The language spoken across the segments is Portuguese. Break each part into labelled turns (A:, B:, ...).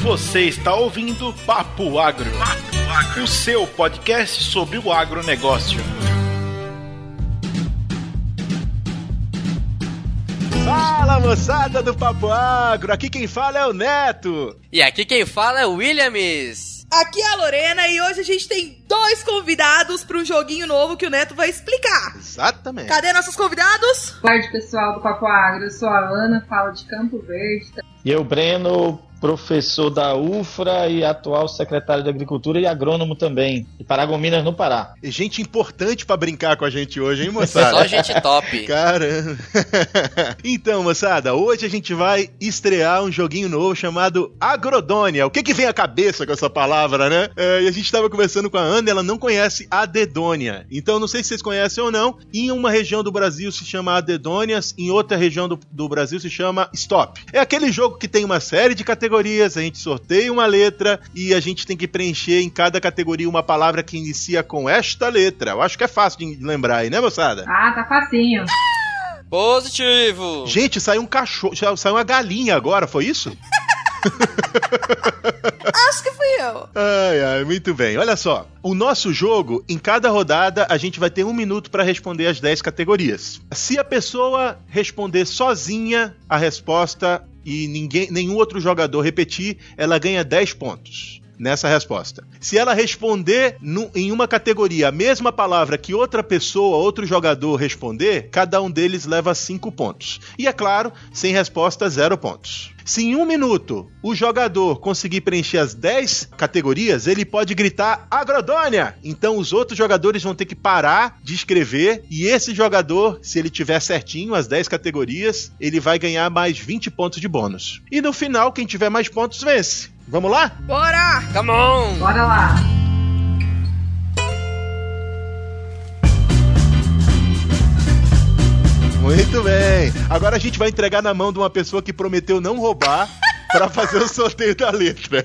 A: Você está ouvindo Papo Agro, Papo Agro, o seu podcast sobre o agronegócio.
B: Fala moçada do Papo Agro, aqui quem fala é o Neto.
C: E aqui quem fala é o Williams.
D: Aqui é a Lorena e hoje a gente tem dois convidados para um joguinho novo que o Neto vai explicar.
B: Exatamente.
D: Cadê nossos convidados?
E: Boa tarde, pessoal do Papo Agro. Eu sou a Ana, falo de Campo Verde.
F: E eu, Breno, professor da UFRA e atual secretário de Agricultura e agrônomo também, de Paragominas, no Pará.
B: E gente importante pra brincar com a gente hoje, hein, moçada?
C: Só gente top.
B: Caramba. então, moçada, hoje a gente vai estrear um joguinho novo chamado Agrodônia. O que que vem à cabeça com essa palavra, né? É, e a gente tava conversando com a Ana, ela não conhece Adedônia. Então, não sei se vocês conhecem ou não, em uma região do Brasil se chama Adedônias, em outra região do, do Brasil se chama Stop. É aquele jogo que tem uma série de categorias categorias, a gente sorteia uma letra e a gente tem que preencher em cada categoria uma palavra que inicia com esta letra. Eu acho que é fácil de lembrar aí, né, moçada?
E: Ah, tá facinho.
C: Positivo.
B: Gente, saiu um cachorro, saiu uma galinha agora, foi isso?
D: Acho que fui eu.
B: Ai, ai, muito bem. Olha só, o nosso jogo, em cada rodada, a gente vai ter um minuto para responder as 10 categorias. Se a pessoa responder sozinha a resposta e ninguém, nenhum outro jogador repetir, ela ganha 10 pontos nessa resposta. Se ela responder no, em uma categoria a mesma palavra que outra pessoa, outro jogador responder, cada um deles leva 5 pontos. E é claro, sem resposta, 0 pontos. Se em um minuto o jogador conseguir preencher as 10 categorias, ele pode gritar Agrodônia! Então os outros jogadores vão ter que parar de escrever e esse jogador, se ele tiver certinho as 10 categorias, ele vai ganhar mais 20 pontos de bônus. E no final, quem tiver mais pontos vence. Vamos lá?
D: Bora!
C: Come on!
E: Bora lá.
B: Muito bem. Agora a gente vai entregar na mão de uma pessoa que prometeu não roubar para fazer o sorteio da letra.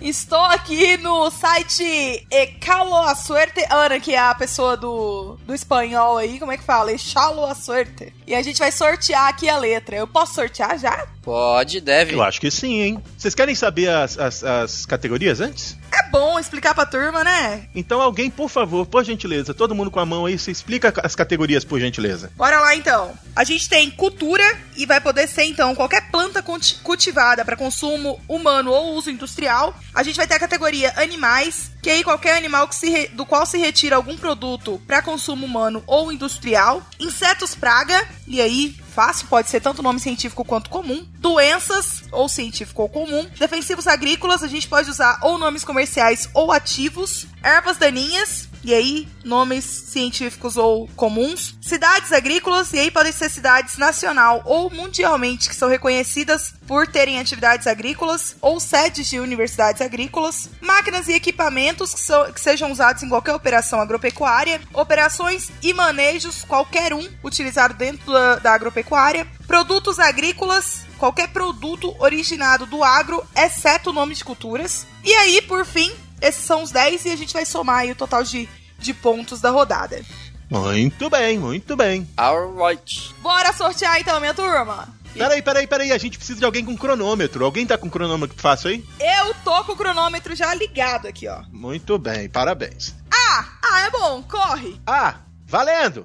D: Estou aqui no site Ecalo a Suerte. Ana, que é a pessoa do, do espanhol aí, como é que fala? Echalo a Suerte. E a gente vai sortear aqui a letra. Eu posso sortear já?
C: Pode, deve.
B: Eu acho que sim, hein? Vocês querem saber as, as, as categorias antes?
D: É bom explicar pra turma, né?
B: Então alguém, por favor, por gentileza, todo mundo com a mão aí, se explica as categorias, por gentileza.
D: Bora lá então. A gente tem cultura e vai poder ser então qualquer planta culti- cultivada para consumo humano ou uso industrial. A gente vai ter a categoria animais, que aí qualquer animal que se re- do qual se retira algum produto para consumo humano ou industrial. Insetos praga, e aí fácil, pode ser tanto nome científico quanto comum. Doenças, ou científico ou comum. Defensivos agrícolas, a gente pode usar ou nomes comerciais ou ativos. Ervas daninhas, e aí nomes científicos ou comuns. Cidades agrícolas, e aí podem ser cidades nacional ou mundialmente que são reconhecidas por terem atividades agrícolas ou sedes de universidades agrícolas. Máquinas e equipamentos que, são, que sejam usados em qualquer operação agropecuária. Operações e manejos, qualquer um utilizado dentro da, da agropecuária. Produtos agrícolas, qualquer produto originado do agro, exceto o nome de culturas. E aí, por fim, esses são os 10 e a gente vai somar aí o total de, de pontos da rodada.
B: Muito bem, muito bem.
C: Alright.
D: Bora sortear então, minha turma!
B: Peraí, peraí, peraí, a gente precisa de alguém com cronômetro. Alguém tá com cronômetro fácil aí?
D: Eu tô com o cronômetro já ligado aqui, ó.
B: Muito bem, parabéns.
D: Ah! Ah, é bom, corre!
B: Ah, valendo!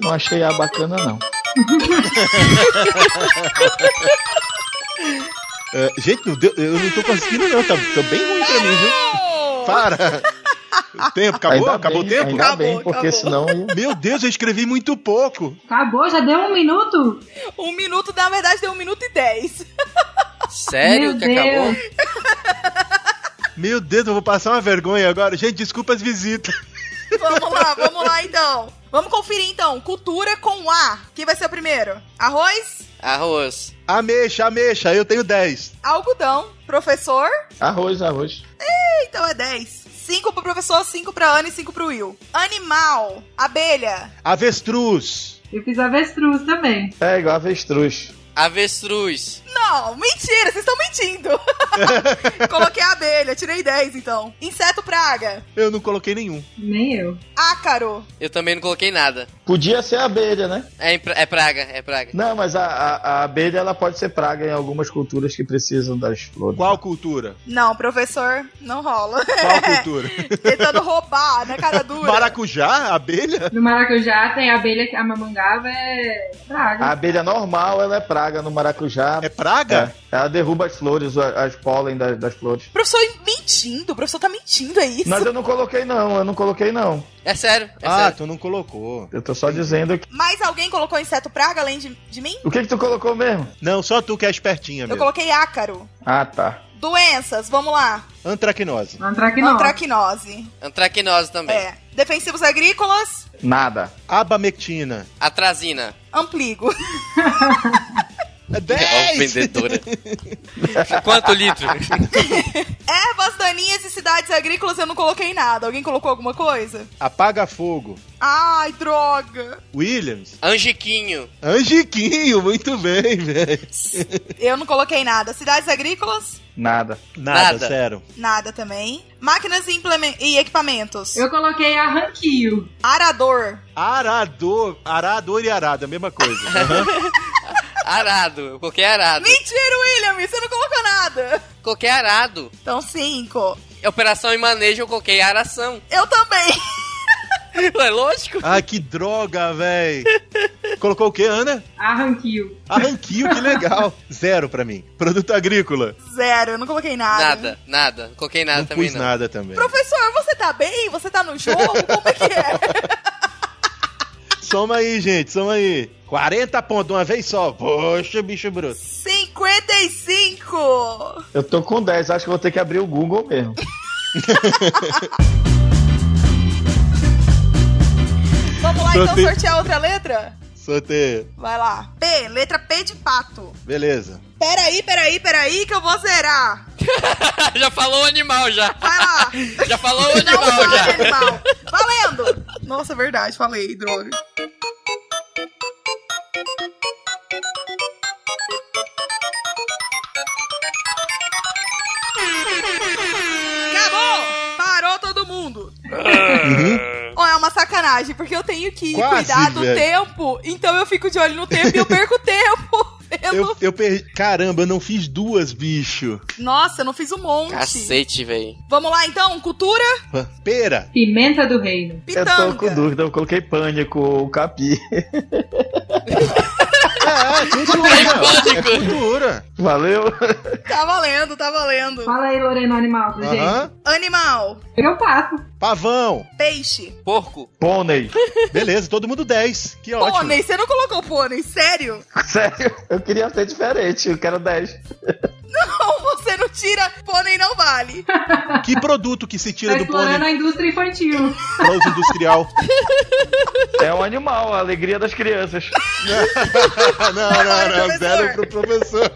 F: Não achei a bacana, não.
B: É, gente, não deu- eu não tô conseguindo não, tá, tá bem ruim pra mim, viu?
D: Oh!
B: Para! Tempo, acabou?
F: Ainda
B: acabou
F: bem,
B: o tempo?
F: Ainda
D: Acabou,
F: bem, porque
D: acabou.
F: senão ia-
B: Meu Deus, eu escrevi muito pouco.
E: Acabou, já deu um minuto?
D: Um minuto, na verdade, deu um minuto e dez.
C: Sério
E: Meu
C: que
E: Deus.
C: acabou?
B: Meu Deus, eu vou passar uma vergonha agora. Gente, desculpa as visitas.
D: vamos lá, vamos lá então. Vamos conferir então. Cultura com A. Quem vai ser o primeiro? Arroz,
C: Arroz.
B: Ameixa, ameixa, eu tenho 10.
D: algodão, professor.
F: Arroz, arroz.
D: Então é 10. 5 pro professor, 5 pra Ana e 5 pro Will. Animal, abelha.
B: Avestruz.
E: Eu fiz avestruz também.
F: É igual avestruz.
C: Avestruz.
D: Não, mentira, vocês estão mentindo. Coloquei a abelha, tirei 10 então. Inseto praga.
B: Eu não coloquei nenhum.
E: Nem eu.
D: Ácaro.
C: Eu também não coloquei nada.
F: Podia ser a abelha, né?
C: É, em pra- é praga, é praga.
F: Não, mas a, a- a abelha ela pode ser praga em algumas culturas que precisam das flores.
B: Qual cultura?
D: Não, professor, não rola.
B: Qual cultura?
D: Tentando roubar na cara dura.
B: Maracujá? Abelha?
E: No maracujá tem a abelha, que- a mamangava é praga.
F: A abelha normal ela é praga no maracujá.
B: É praga?
F: É, ela derruba as flores, a- as pólen das, das flores.
D: Professor mentindo, o professor tá mentindo, é isso?
F: Mas eu não coloquei não, eu não coloquei não.
C: É sério, é
B: Ah,
C: sério.
B: tu não colocou.
F: Eu tô só dizendo que...
D: Mas alguém colocou inseto praga além de, de mim?
F: O que que tu colocou mesmo?
B: Não, só tu que é espertinha
D: Eu
B: É mesmo.
D: coloquei ácaro.
F: Ah, tá.
D: Doenças, vamos lá.
B: Antracnose.
E: Antracnose.
D: Antracnose.
C: Antracnose também.
D: É. Defensivos agrícolas,
F: Nada.
B: Abamectina.
C: Atrazina.
D: ampligo.
B: É
C: É, ó,
B: 10!
C: vendedora. Quanto litro?
D: Ervas daninhas e cidades agrícolas eu não coloquei nada. Alguém colocou alguma coisa?
B: Apaga fogo.
D: Ai, droga.
B: Williams.
C: Angiquinho.
B: Angiquinho, muito bem, velho.
D: Eu não coloquei nada. Cidades agrícolas,
F: Nada.
B: Nada,
C: Nada.
B: sério.
D: nada também. Máquinas e, implemen- e equipamentos.
E: Eu coloquei arranquio.
D: Arador.
B: Arador. Arador e arada, mesma coisa. Aham.
C: Arado. Eu coloquei arado.
D: Mentira, William, você não colocou nada.
C: Coloquei arado.
D: Então, cinco.
C: Operação e manejo eu coloquei aração.
D: Eu também.
C: É lógico.
B: Ah, que droga, velho. Colocou o quê, Ana?
E: Arranquio.
B: Arranquinho, que legal. Zero pra mim. Produto agrícola.
D: Zero, eu não coloquei nada. né?
C: Nada, né? nada. Não coloquei nada
B: não
C: Ah, também
B: pus
C: não.
B: nada também.
D: Professor, você tá bem? Você tá no jogo? Como é que é?
B: Soma aí, gente, soma aí. 40 pontos de uma vez só. Poxa, bicho bruto.
D: 55.
F: Eu tô com 10, acho que vou ter que abrir o Google mesmo.
D: Vamos lá, então,
B: Profe-
D: sortear outra letra?
B: Sorteio.
D: Vai lá. P, letra P de pato.
B: Beleza.
D: Peraí, peraí, peraí, que eu vou zerar.
C: já falou o animal já.
D: Vai lá.
C: Já falou o
D: Não
C: animal
D: fale,
C: já.
D: animal. Valendo. Nossa, é verdade, falei, droga. Acabou. Parou todo mundo. Ó, é uma sacanagem, porque eu tenho que
B: Quase,
D: cuidar do
B: velho.
D: tempo, então eu fico de olho no tempo e eu perco tempo. Eu
B: Eu,
D: não-
B: eu perdi. Caramba, eu não fiz duas, bicho.
D: Nossa, eu não fiz um monte.
C: Cacete, véi.
D: Vamos lá então, cultura,
B: Pera.
E: Pimenta do reino.
F: Eu tô com
D: pitanga.
F: dúvida, eu coloquei pânico, o capi.
B: É, é
C: Tá né?
B: cultura. É cultura.
F: Valeu?
D: Tá valendo, tá valendo.
E: Fala aí, Lorena, animal pra gente.
B: Aham.
D: Animal,
E: Eu pato.
B: Pavão.
D: peixe.
C: Porco.
F: Pônei.
B: Beleza, todo mundo 10. Que ótimo.
D: Pônei, você não colocou pônei, sério?
F: Sério, eu queria ser diferente, eu quero 10.
D: Não, você não tira, pônei não vale.
B: Que produto que se tira
E: Tá
B: do né?
E: explorando
B: pônei
E: a indústria infantil.
B: para uso industrial?
F: É um animal, a alegria das crianças.
B: não, não, não.
D: Professor.
B: Zero pro professor.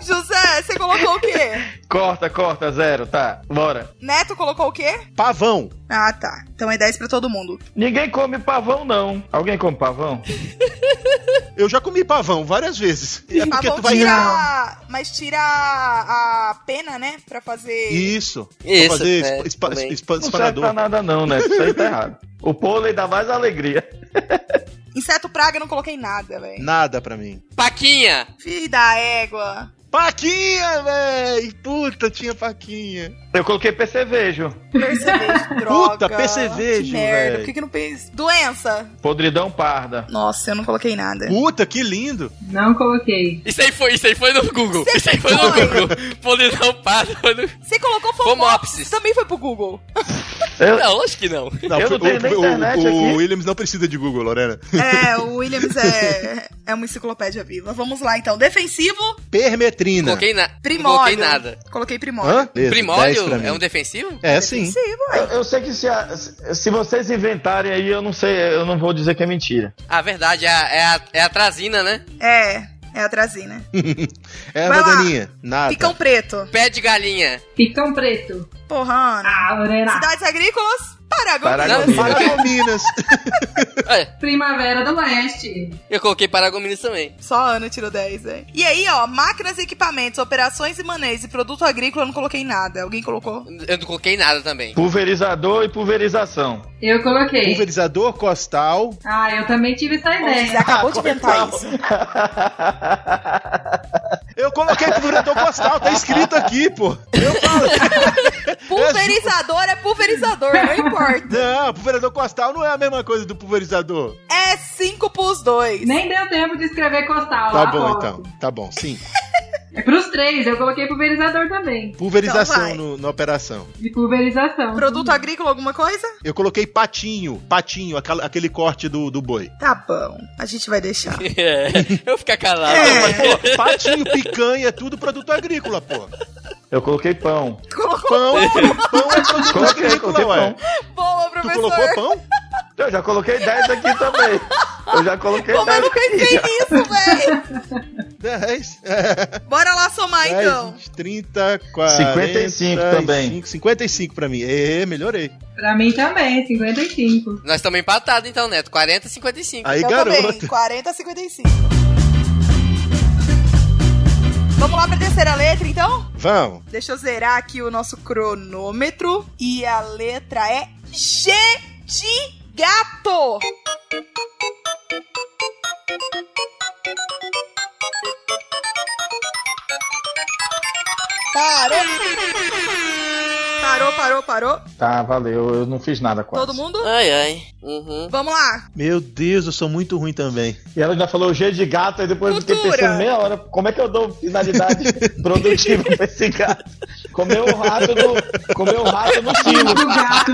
D: José, você colocou o quê?
F: Corta, corta, zero, tá, bora.
D: Neto colocou o quê?
B: Pavão.
D: Ah, tá. Então é 10 pra todo mundo.
F: Ninguém come pavão, não. Alguém come pavão?
B: Eu já comi pavão várias vezes. É porque
D: Pavão
B: tu vai.
D: Tá tira. a- Mas tira a, a pena, né? Pra fazer.
B: Isso.
C: Isso,
B: Pra fazer
C: é,
B: espa- espa-
C: também.
B: espa-
F: Não serve pra
B: espanador.
F: nada, não, né? Isso aí tá errado. O pônei dá mais alegria.
D: Inseto praga, eu não coloquei nada, velho.
B: Nada pra mim.
C: Paquinha.
D: Filho da égua.
B: Paquinha, véi! Puta, tinha Paquinha.
F: Eu coloquei percevejo.
D: Percevejo, droga.
B: percevejo,
D: Que merda,
B: velho.
D: por que, que não pensa? Doença.
F: Podridão parda.
D: Nossa, eu não coloquei nada.
B: Puta, que lindo.
E: Não coloquei.
C: Isso aí foi, isso aí foi no Google. Isso aí foi no
D: foi.
C: Google. Polidão pardo. foi no-
D: Você colocou
C: Fomopsis.
D: Fomopsis, também foi pro Google.
F: Eu,
C: Não, lógico que não.
B: Não,
F: Eu
B: foi-
F: não tenho nem internet
B: o, o
F: aqui.
B: Williams não precisa de Google, Lorena.
D: É, o Williams é, é uma enciclopédia viva. Vamos lá, então. Defensivo,
B: Permetrina.
C: Coloquei na...
D: primórdio.
C: Coloquei nada.
D: Coloquei primórdio.
B: Hã? Beleza, dez
C: Primórdio
B: pra mim.
C: é um defensivo?
B: É, sim.
D: Defensivo,
F: eu- eu sei que se, a- se se vocês inventarem aí, eu não sei, eu não vou dizer que é mentira.
C: Ah, verdade. É a, é a, é a trazina, né?
D: é. É a trazina. Vai
B: Erva
D: lá.
B: daninha. É, Nada.
F: um
D: Picão preto.
C: Pé de galinha.
E: Picão preto.
D: Porra, Ana.
E: Ah, Lorena.
D: Cidades agrícolas, Paragominas.
F: Paragominas.
B: Paragominas.
C: Olha,
E: Primavera do Oeste.
C: É, eu coloquei Paragominas também.
D: Só a Ana tirou 10, hein? E aí, ó, máquinas, equipamentos, operações e manejo e produto agrícola, eu não coloquei nada. Alguém colocou?
C: Eu não coloquei nada também.
F: Pulverizador e pulverização.
E: Eu coloquei.
B: Pulverizador costal.
E: Ah, eu também tive essa
D: Você
E: ideia.
D: acabou de inventar isso.
B: Eu coloquei pulverizador costal, tá escrito aqui, pô. Eu falo.
D: Pulverizador é pulverizador, não importa.
B: Não, pulverizador costal não é a mesma coisa do pulverizador.
D: É 5 pros 2.
E: Nem deu tempo de escrever costal.
B: Tá
E: lá,
B: bom,
E: foto.
B: então. Tá bom, sim.
E: É pros três, eu coloquei pulverizador também.
B: Pulverização
D: Então vai.
B: no- na operação.
E: De pulverização.
D: Produto agrícola, alguma coisa?
B: Eu coloquei patinho, patinho, aquela- aquele corte do, do boi.
D: Tá bom, a gente vai deixar.
C: É, eu vou ficar calado.
B: Ah,
D: É.
B: Mas, pô, patinho, picanha, é tudo produto agrícola, pô.
F: Eu coloquei pão.
D: Colocou
B: Pão, pão é produto
F: Coloquei,
B: agrícola,
F: coloquei
B: ué.
F: pão.
D: boa,
B: Tu
D: professor.
B: colocou pão?
F: Eu já coloquei 10 aqui também. Eu já coloquei
D: Como eu
F: 10
D: não pensei
F: aqui.
D: nisso, velho?
B: 10. é,
D: Bora lá somar, então.
B: 10, 30, 40.
F: 55 também.
B: 55 pra mim. É, melhorei.
E: Pra mim também, 55.
C: Nós estamos empatados então, Neto. 40 e 55.
B: Aí,
D: eu
B: garoto.
D: também, 40 a 55. Vamos lá pra terceira letra, então?
B: Vamos.
D: Deixa eu zerar aqui o nosso cronômetro. E a letra é G de gato. Parou. Parou, parou, parou.
F: Tá, valeu. Eu não fiz nada quase.
D: Todo mundo?
C: Ai, ai. Uhum.
D: Vamos lá.
B: Meu Deus, eu sou muito ruim também.
F: E ela ainda falou G de gato, e depois eu fiquei
D: Cultura.
F: pensando meia hora, como é que eu dou finalidade produtiva pra esse gato? Comeu o rato no, comeu o rato no sino.
E: Do gato.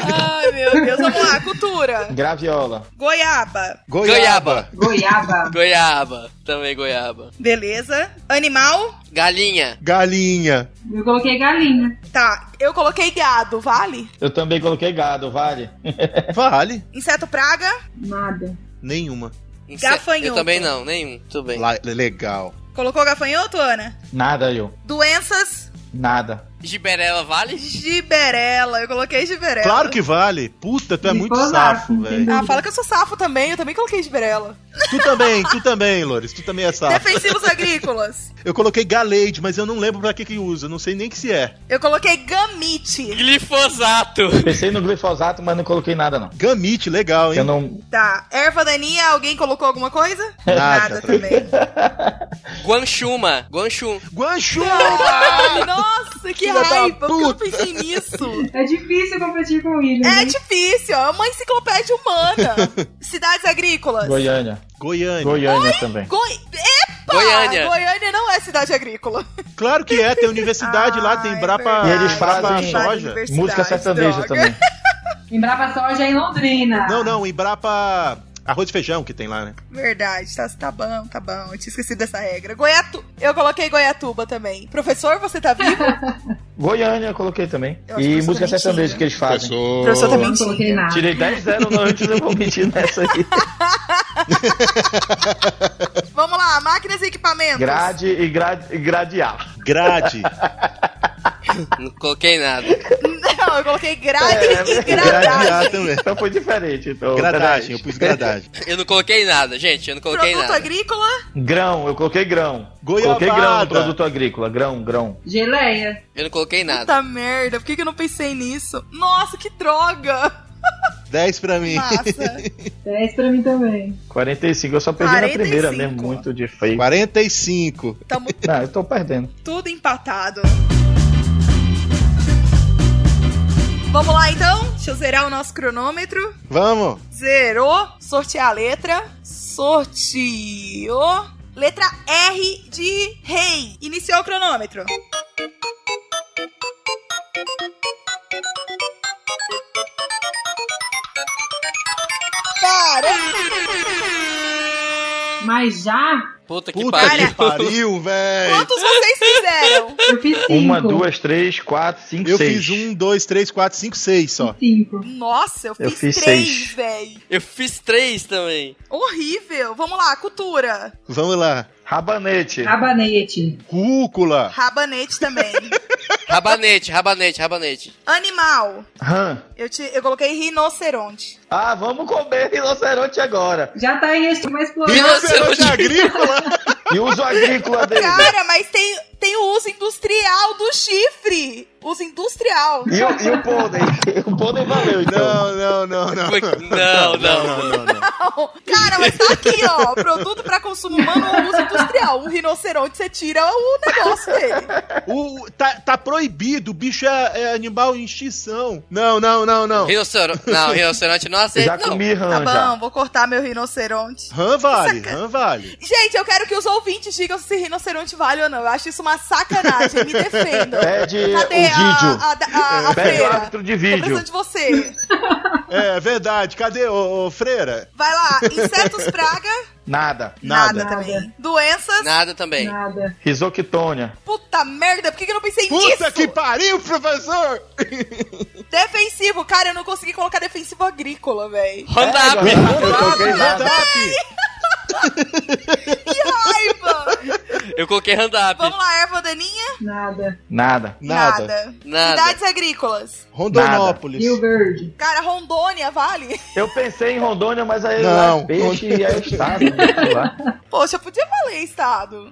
D: Ai, meu Deus. Vamos lá. Cultura.
F: Graviola.
D: Goiaba.
B: Goiaba.
E: Goiaba.
C: Goiaba. Também goiaba.
D: Beleza. Animal.
C: Galinha.
B: Galinha.
E: Eu coloquei galinha.
D: Tá. Eu coloquei gado. Vale?
F: Eu também coloquei gado, vale.
B: Vale.
D: Inseto praga.
E: Nada.
B: Nenhuma.
C: Inse-
D: Gafanhoto.
C: Eu também não, nenhum. Tudo bem.
B: La- legal.
D: Colocou gafanhoto, Ana?
F: Nada, eu.
D: Doenças.
F: Nada.
C: Giberela vale?
D: Giberela. Eu coloquei giberela.
B: Claro que vale. Puta, tu é muito
E: Ficou
B: safo,
E: lá,
B: velho.
D: Ah, fala que eu sou safo também. Eu também coloquei giberela.
B: Tu também, tu também, Lores. Tu também é safo.
D: Defensivos agrícolas.
B: Eu coloquei Galeide, mas eu não lembro pra que que usa. Não sei nem que se é.
D: Eu coloquei gamite.
C: Glifosato.
F: Pensei no glifosato, mas não coloquei nada, não.
B: Gamite, legal,
F: Eu
B: hein?
F: não.
D: Tá. Erva daninha. Alguém colocou alguma coisa?
B: Nada,
D: também.
C: Guanchuma. Guanchum.
B: Guanchuma!
D: Nossa, que
B: Filha da
D: raiva. Por que eu não
B: puta.
D: pensei nisso?
E: É difícil competir com o William.
D: É
E: né?
D: difícil, é uma enciclopédia humana. Cidades agrícolas.
F: Goiânia.
B: Goiânia.
F: Goiânia também.
D: Goi- Epa!
C: Goiânia.
D: Goiânia não é cidade agrícola.
B: Claro que é, tem universidade lá, tem
D: Ai,
B: Brapa,
D: verdade.
F: E eles
B: Brapa
F: fazem-
B: Soja.
D: Universidade,
F: Música sertaneja
D: droga.
F: também.
E: Embrapa Soja em Londrina.
B: Não, não, em Brapa Arroz e Feijão que tem lá, né?
D: Verdade, tá, tá bom, tá bom. Eu tinha esquecido dessa regra. Goiatu... Eu coloquei Goiatuba também. Professor, você tá vivo?
F: Goiânia eu coloquei também.
D: Eu acho que
F: E
D: você
F: música
D: tá mentindo.
F: sertaneja que eles fazem.
D: Professor
E: Eu
D: também.
E: não coloquei nada.
F: Tirei 10 0 não, antes eu vou mentir nessa aí.
D: Vamos lá, máquinas e equipamentos.
F: Grade e grade, e gradear.
B: Grade.
C: Não coloquei nada.
D: Não, eu coloquei grade e gradagem.
B: Gradear também.
F: Então foi diferente. Então,
B: Gradagem,
F: peraí.
B: eu pus gradagem.
C: Eu não coloquei nada, gente. Eu não coloquei
D: Produto
C: nada.
D: agrícola.
F: Grão, eu coloquei grão.
B: Goiabada.
F: Coloquei grão, produto agrícola. Grão, grão.
E: Geleia.
C: Eu não coloquei nada.
D: Puta merda, por que, que eu não pensei nisso? Nossa, que droga!
B: 10 pra mim.
D: Massa.
E: 10 É pra mim também.
F: 45, eu só perdi na primeira
D: 45.
F: mesmo, muito de feio.
B: 45.
D: Tamo
F: Não, eu tô perdendo.
D: tudo empatado. Vamos lá então? Deixa eu zerar o nosso cronômetro.
B: Vamos.
D: Zerou. Sortear a letra. Sorteou. Letra R de rei. Iniciou o cronômetro. Parou!
E: Mas já
C: Puta que
B: Puta
C: pariu.
B: que pariu, velho.
D: Quantos vocês fizeram?
E: eu fiz 5.
F: Uma, duas, três, quatro, cinco,
B: Eu
F: seis.
B: fiz um, dois, três, quatro, cinco, seis só.
E: 5.
D: Nossa, eu fiz,
F: Eu fiz
D: três,
F: seis.
D: velho.
C: Eu fiz três também.
D: Horrível. Vamos lá, cultura.
B: Vamos lá.
F: Rabanete.
E: Rabanete.
B: Cúcula.
D: Rabanete também.
C: Rabanete, rabanete, rabanete.
D: Animal.
F: Rã.
D: Eu, te, eu coloquei rinoceronte.
F: Ah, vamos comer rinoceronte agora.
E: Já tá aí esse- uma explosão.
B: Rinoceronte agrícola.
F: E uso agrícola dele.
D: Cara, mas tem, tem o uso industrial do chifre. Uso industrial.
F: E o, e o pônei? O pônei valeu, então.
B: Não, não, não, não.
C: Não, não.
B: não, não.
D: Não. Cara, mas tá aqui, ó. Produto pra consumo humano ou uso industrial. Um rinoceronte, você tira o negócio dele.
B: O, tá, tá proibido, o bicho é, é animal em extinção. Não, não, não, não.
C: Rinoceronte. Não, rinoceronte não
F: Eu já
C: aceita, não.
F: comi
D: Tá
F: rã, Ah, já.
D: bom, vou cortar meu rinoceronte.
B: Ram vale, Ram vale.
D: Gente, eu quero que os ouvintes digam se rinoceronte vale ou não. Eu acho isso uma sacanagem. Me defendam.
F: Pede
D: Cadê
F: o vídeo. É,
D: a, a, a, a
F: Pede o
D: freira?
F: árbitro de
D: Tô
F: vídeo.
D: precisando de você.
B: É verdade. Cadê, ô, ô, Freira?
D: Vai lá. Insetos, praga.
F: Nada.
D: Nada,
B: Nada.
D: também. Doenças.
C: Nada também.
E: Nada.
F: Risoctônia.
D: Puta merda, por que, que eu não pensei
B: Puta
D: nisso?
B: que pariu, professor!
D: Defensivo, cara, eu não consegui colocar defensivo agrícola, véi.
C: Roundup.
F: Eu toquei nada.
B: Rodap!
D: Que raiva!
F: É.
C: Eu coloquei Roundup.
D: Vamos lá, erva daninha?
E: Nada.
F: Nada.
B: Nada.
C: Nada.
D: Cidades agrícolas.
B: Rondonópolis.
E: Rio Verde.
D: Cara, Rondônia, vale?
F: Eu pensei em Rondônia, mas aí
B: Não.
F: lá é peixe e aí é estado. sei lá.
D: Poxa, podia valer estado.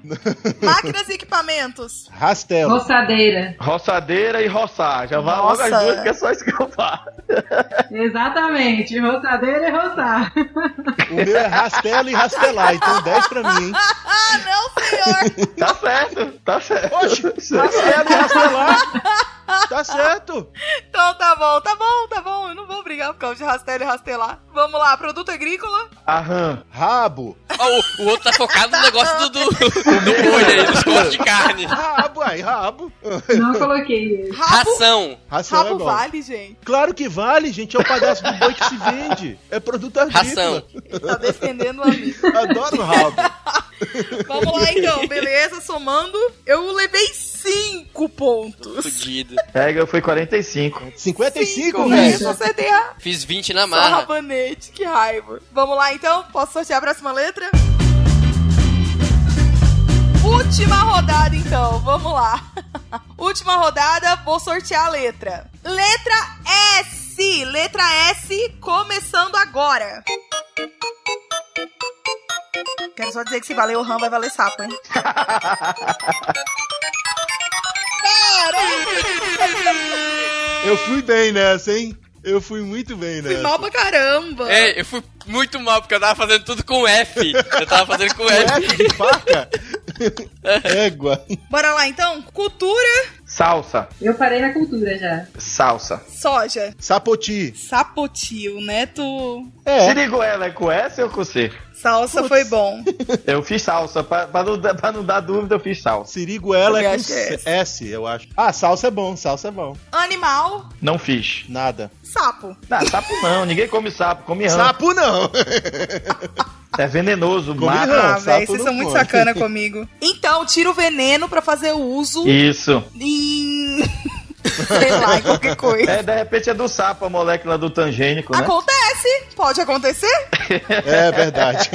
D: Máquinas e equipamentos.
B: Rastelo.
E: Roçadeira.
F: Roçadeira e roçar. Já vai
D: Nossa.
F: logo as duas, que é só isso que eu faço.
E: Exatamente. Roçadeira e roçar.
B: O meu é rastelo e rastelar, então 10 pra mim, hein?
D: Ah, não, senhor!
F: Tá certo, tá certo.
B: Oxe, tá certo, rastelar. Tá certo.
D: Então tá bom, tá bom, tá bom. Eu não vou brigar por causa de rastelo e rastelar. Vamos lá, produto agrícola.
F: Aham.
B: Rabo.
C: Ó, o, o outro tá focado no negócio do, do, do boi aí, dos cortes de carne.
B: Rabo, aí, rabo.
E: Não coloquei esse.
D: Rabo,
C: Ração.
B: Ração é
D: rabo
B: bom.
D: vale, gente.
B: Claro que vale, gente. É o pedaço do boi que se vende. É produto agrícola.
C: Ração.
D: Tá defendendo o amigo.
B: Adoro rabo.
D: Vamos lá então, beleza? Somando, eu levei 5 pontos.
C: Fudido.
F: Pega, eu fui 45.
B: 55,
D: né?
B: velho.
D: Só acertei a
C: Fiz 20 na
D: só
C: marra.
D: rabanete, que raiva. Vamos lá então, posso sortear a próxima letra? Última rodada então, vamos lá. Última rodada, vou sortear a letra. Letra S, letra S começando agora. Quero só dizer que se valer o ram, vai valer sapo, hein?
B: Eu fui bem nessa, hein? Eu fui muito bem
D: Fui
B: nessa.
D: mal pra caramba.
C: Ei, É, eu fui muito mal, porque eu tava fazendo tudo com F. Eu tava fazendo com F.
B: F de faca? Égua.
D: Bora lá então, cultura,
F: Salsa.
E: Eu parei na cultura já.
F: Salsa.
D: soja.
B: Sapoti.
D: Sapotil, né, neto.
B: É.
F: Siriguela é com S ou com C?
D: Salsa foi bom.
F: Eu fiz salsa. Pra, pra não, dar- pra não dar dúvida, eu fiz salsa.
B: Siriguela
D: Eu
B: é com
D: acho que é
B: C- S, eu acho. Ah, salsa é bom, salsa é bom.
D: Animal,
F: Não fiz.
B: Nada.
D: sapo.
F: Não, sapo não. Ninguém come sapo. Come rã.
B: Sapo não.
F: É venenoso.
B: Come
F: Mata.
B: rã. sapo
D: Ah, velho, vocês
B: não
D: são muito
B: pode.
D: sacana comigo. Então, tira o veneno pra fazer uso
F: Isso.
D: em. sei lá, em qualquer coisa.
B: tipo,
F: É, de repente é do sapo a molécula do tangênico, né?
D: Acontece, pode acontecer.
B: É verdade.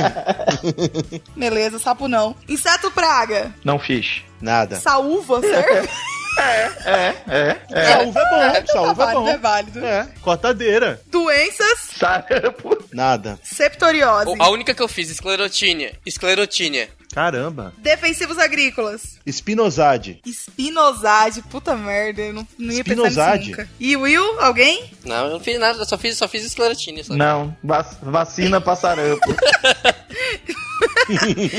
D: Beleza, sapo não. Inseto praga,
F: Não fiz.
B: Nada.
D: saúva, serve?
F: É, é.
B: Saúva é bom,
D: Tá
B: saúva é
D: válido, é
B: bom.
D: válido.
B: É. Cortadeira.
D: Doenças,
F: Sarampo.
B: Nada.
D: septoriose.
C: O- A única que eu fiz, esclerotínia. Esclerotínia.
B: Caramba.
D: Defensivos agrícolas.
B: Espinosade.
D: Espinosade, puta merda, eu não, não ia pensar nisso
B: Espinosade?
D: nunca. E Will, alguém?
C: Não, eu não fiz nada, eu só fiz, só fiz esclerotínia. Só.
F: Não, vac- vacina pra sarampo.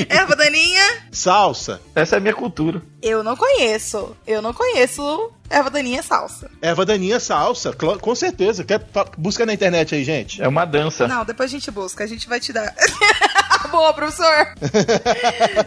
D: Erva daninha?
B: Salsa.
F: Essa é a minha cultura.
D: Eu não conheço. Eu não conheço erva daninha salsa.
B: Erva daninha salsa, cl- com certeza. Quer, fa- busca na internet aí, gente.
F: É uma dança.
D: Não, depois a gente busca, a gente vai te dar. Boa, professor!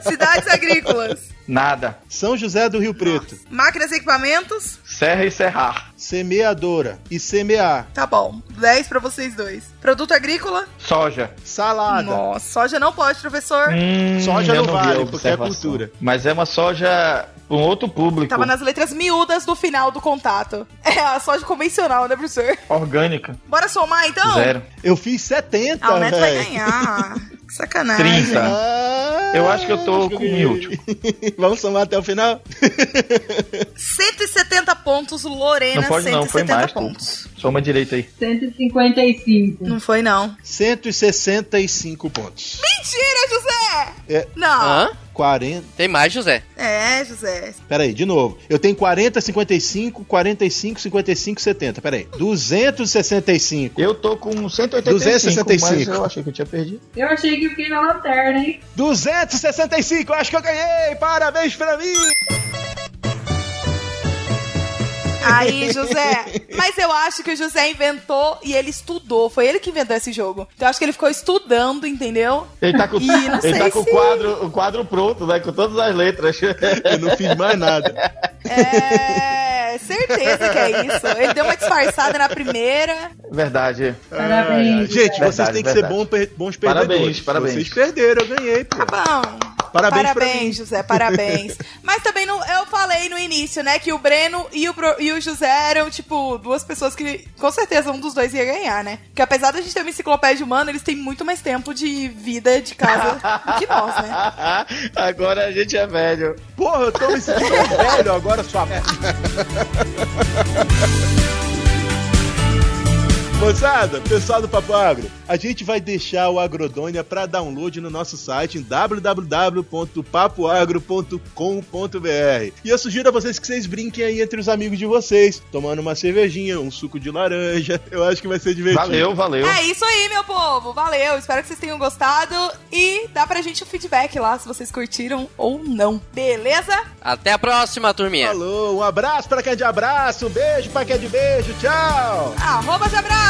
D: Cidades agrícolas.
F: Nada.
B: São José do Rio Preto.
D: Máquinas e equipamentos?
F: Serra e serrar.
B: Semeadora e semear.
D: Tá bom. 10 pra vocês dois. Produto agrícola?
F: Soja.
B: Salada.
D: Nossa, soja não pode, professor.
F: Hum,
B: Soja não
F: eu vi a
B: vale, porque é
F: observação.
B: cultura.
F: Mas é uma soja pra um outro público.
D: Tava nas letras miúdas do final do contato. É a soja convencional, né, professor?
F: Orgânica.
D: Bora somar então?
F: Zero.
B: Eu fiz 70,
D: Ah, o Neto vai
B: velho.
D: ganhar. Que sacanagem.
F: Trinta.
B: Ah,
F: Tá. Eu acho que eu tô com tipo. mute.
B: Vamos somar até o final?
D: 170 pontos, Lorena,
F: Não pode não, foi
D: 170
F: mais, pô.
D: pontos.
F: Soma direito aí.
E: 155.
D: Não foi, não.
B: 165 pontos.
D: Mentira, José!
B: É.
D: Não.
C: Hã?
B: 40.
C: Tem mais, José.
D: É, José.
B: Peraí, de novo. Eu tenho 40, 55, 45, 55, 70. Peraí. 265.
F: Eu tô com 185,
B: 265.
F: mas eu achei que eu tinha perdido.
E: Eu achei que eu fiquei na lanterna, hein?
B: 265, eu acho que eu ganhei! Parabéns pra mim!
D: Aí, José. Mas eu acho que o José inventou e ele estudou. Foi ele que inventou esse jogo. Então eu acho que ele ficou estudando, entendeu?
F: Ele tá com,
D: Ih, não
F: ele
D: sei
F: tá com o,
D: se-
F: quadro, o quadro pronto, né? Com todas as letras.
B: Eu não fiz mais nada.
D: É. Certeza que é isso. Ele deu uma disfarçada na primeira.
F: Verdade.
E: Parabéns.
B: Gente,
E: José.
B: vocês têm que ser
F: verdade.
B: bom per- bons
F: Parabéns,
B: perdedores.
F: parabéns.
B: Vocês perderam, eu ganhei, pô.
D: Bom.
B: Parabéns,
D: Parabéns,
B: pra mim.
D: José, parabéns. Mas também não, eu falei no início, né, que o Breno e o, Bro- e o José eram, tipo, duas pessoas que com certeza um dos dois ia ganhar, né? Porque apesar da gente ter uma enciclopédia humana, eles têm muito mais tempo de vida de casa do que nós, né?
F: Agora a gente é velho.
B: Porra, eu tô me sentindo um velho agora, sua merda. Moçada, pessoal do Papo Agro, a gente vai deixar o Agrodônia para download no nosso site em www.papoagro.com.br. E eu sugiro a vocês que vocês brinquem aí entre os amigos de vocês, tomando uma cervejinha, um suco de laranja. Eu acho que vai ser divertido.
F: Valeu, valeu.
D: É isso aí, meu povo. Valeu. Espero que vocês tenham gostado e dá pra gente o feedback lá se vocês curtiram ou não. Beleza?
C: Até a próxima, turminha.
B: Falou, um abraço para quem é de abraço, um beijo para quem é de beijo, tchau!
D: Arroba de abraço,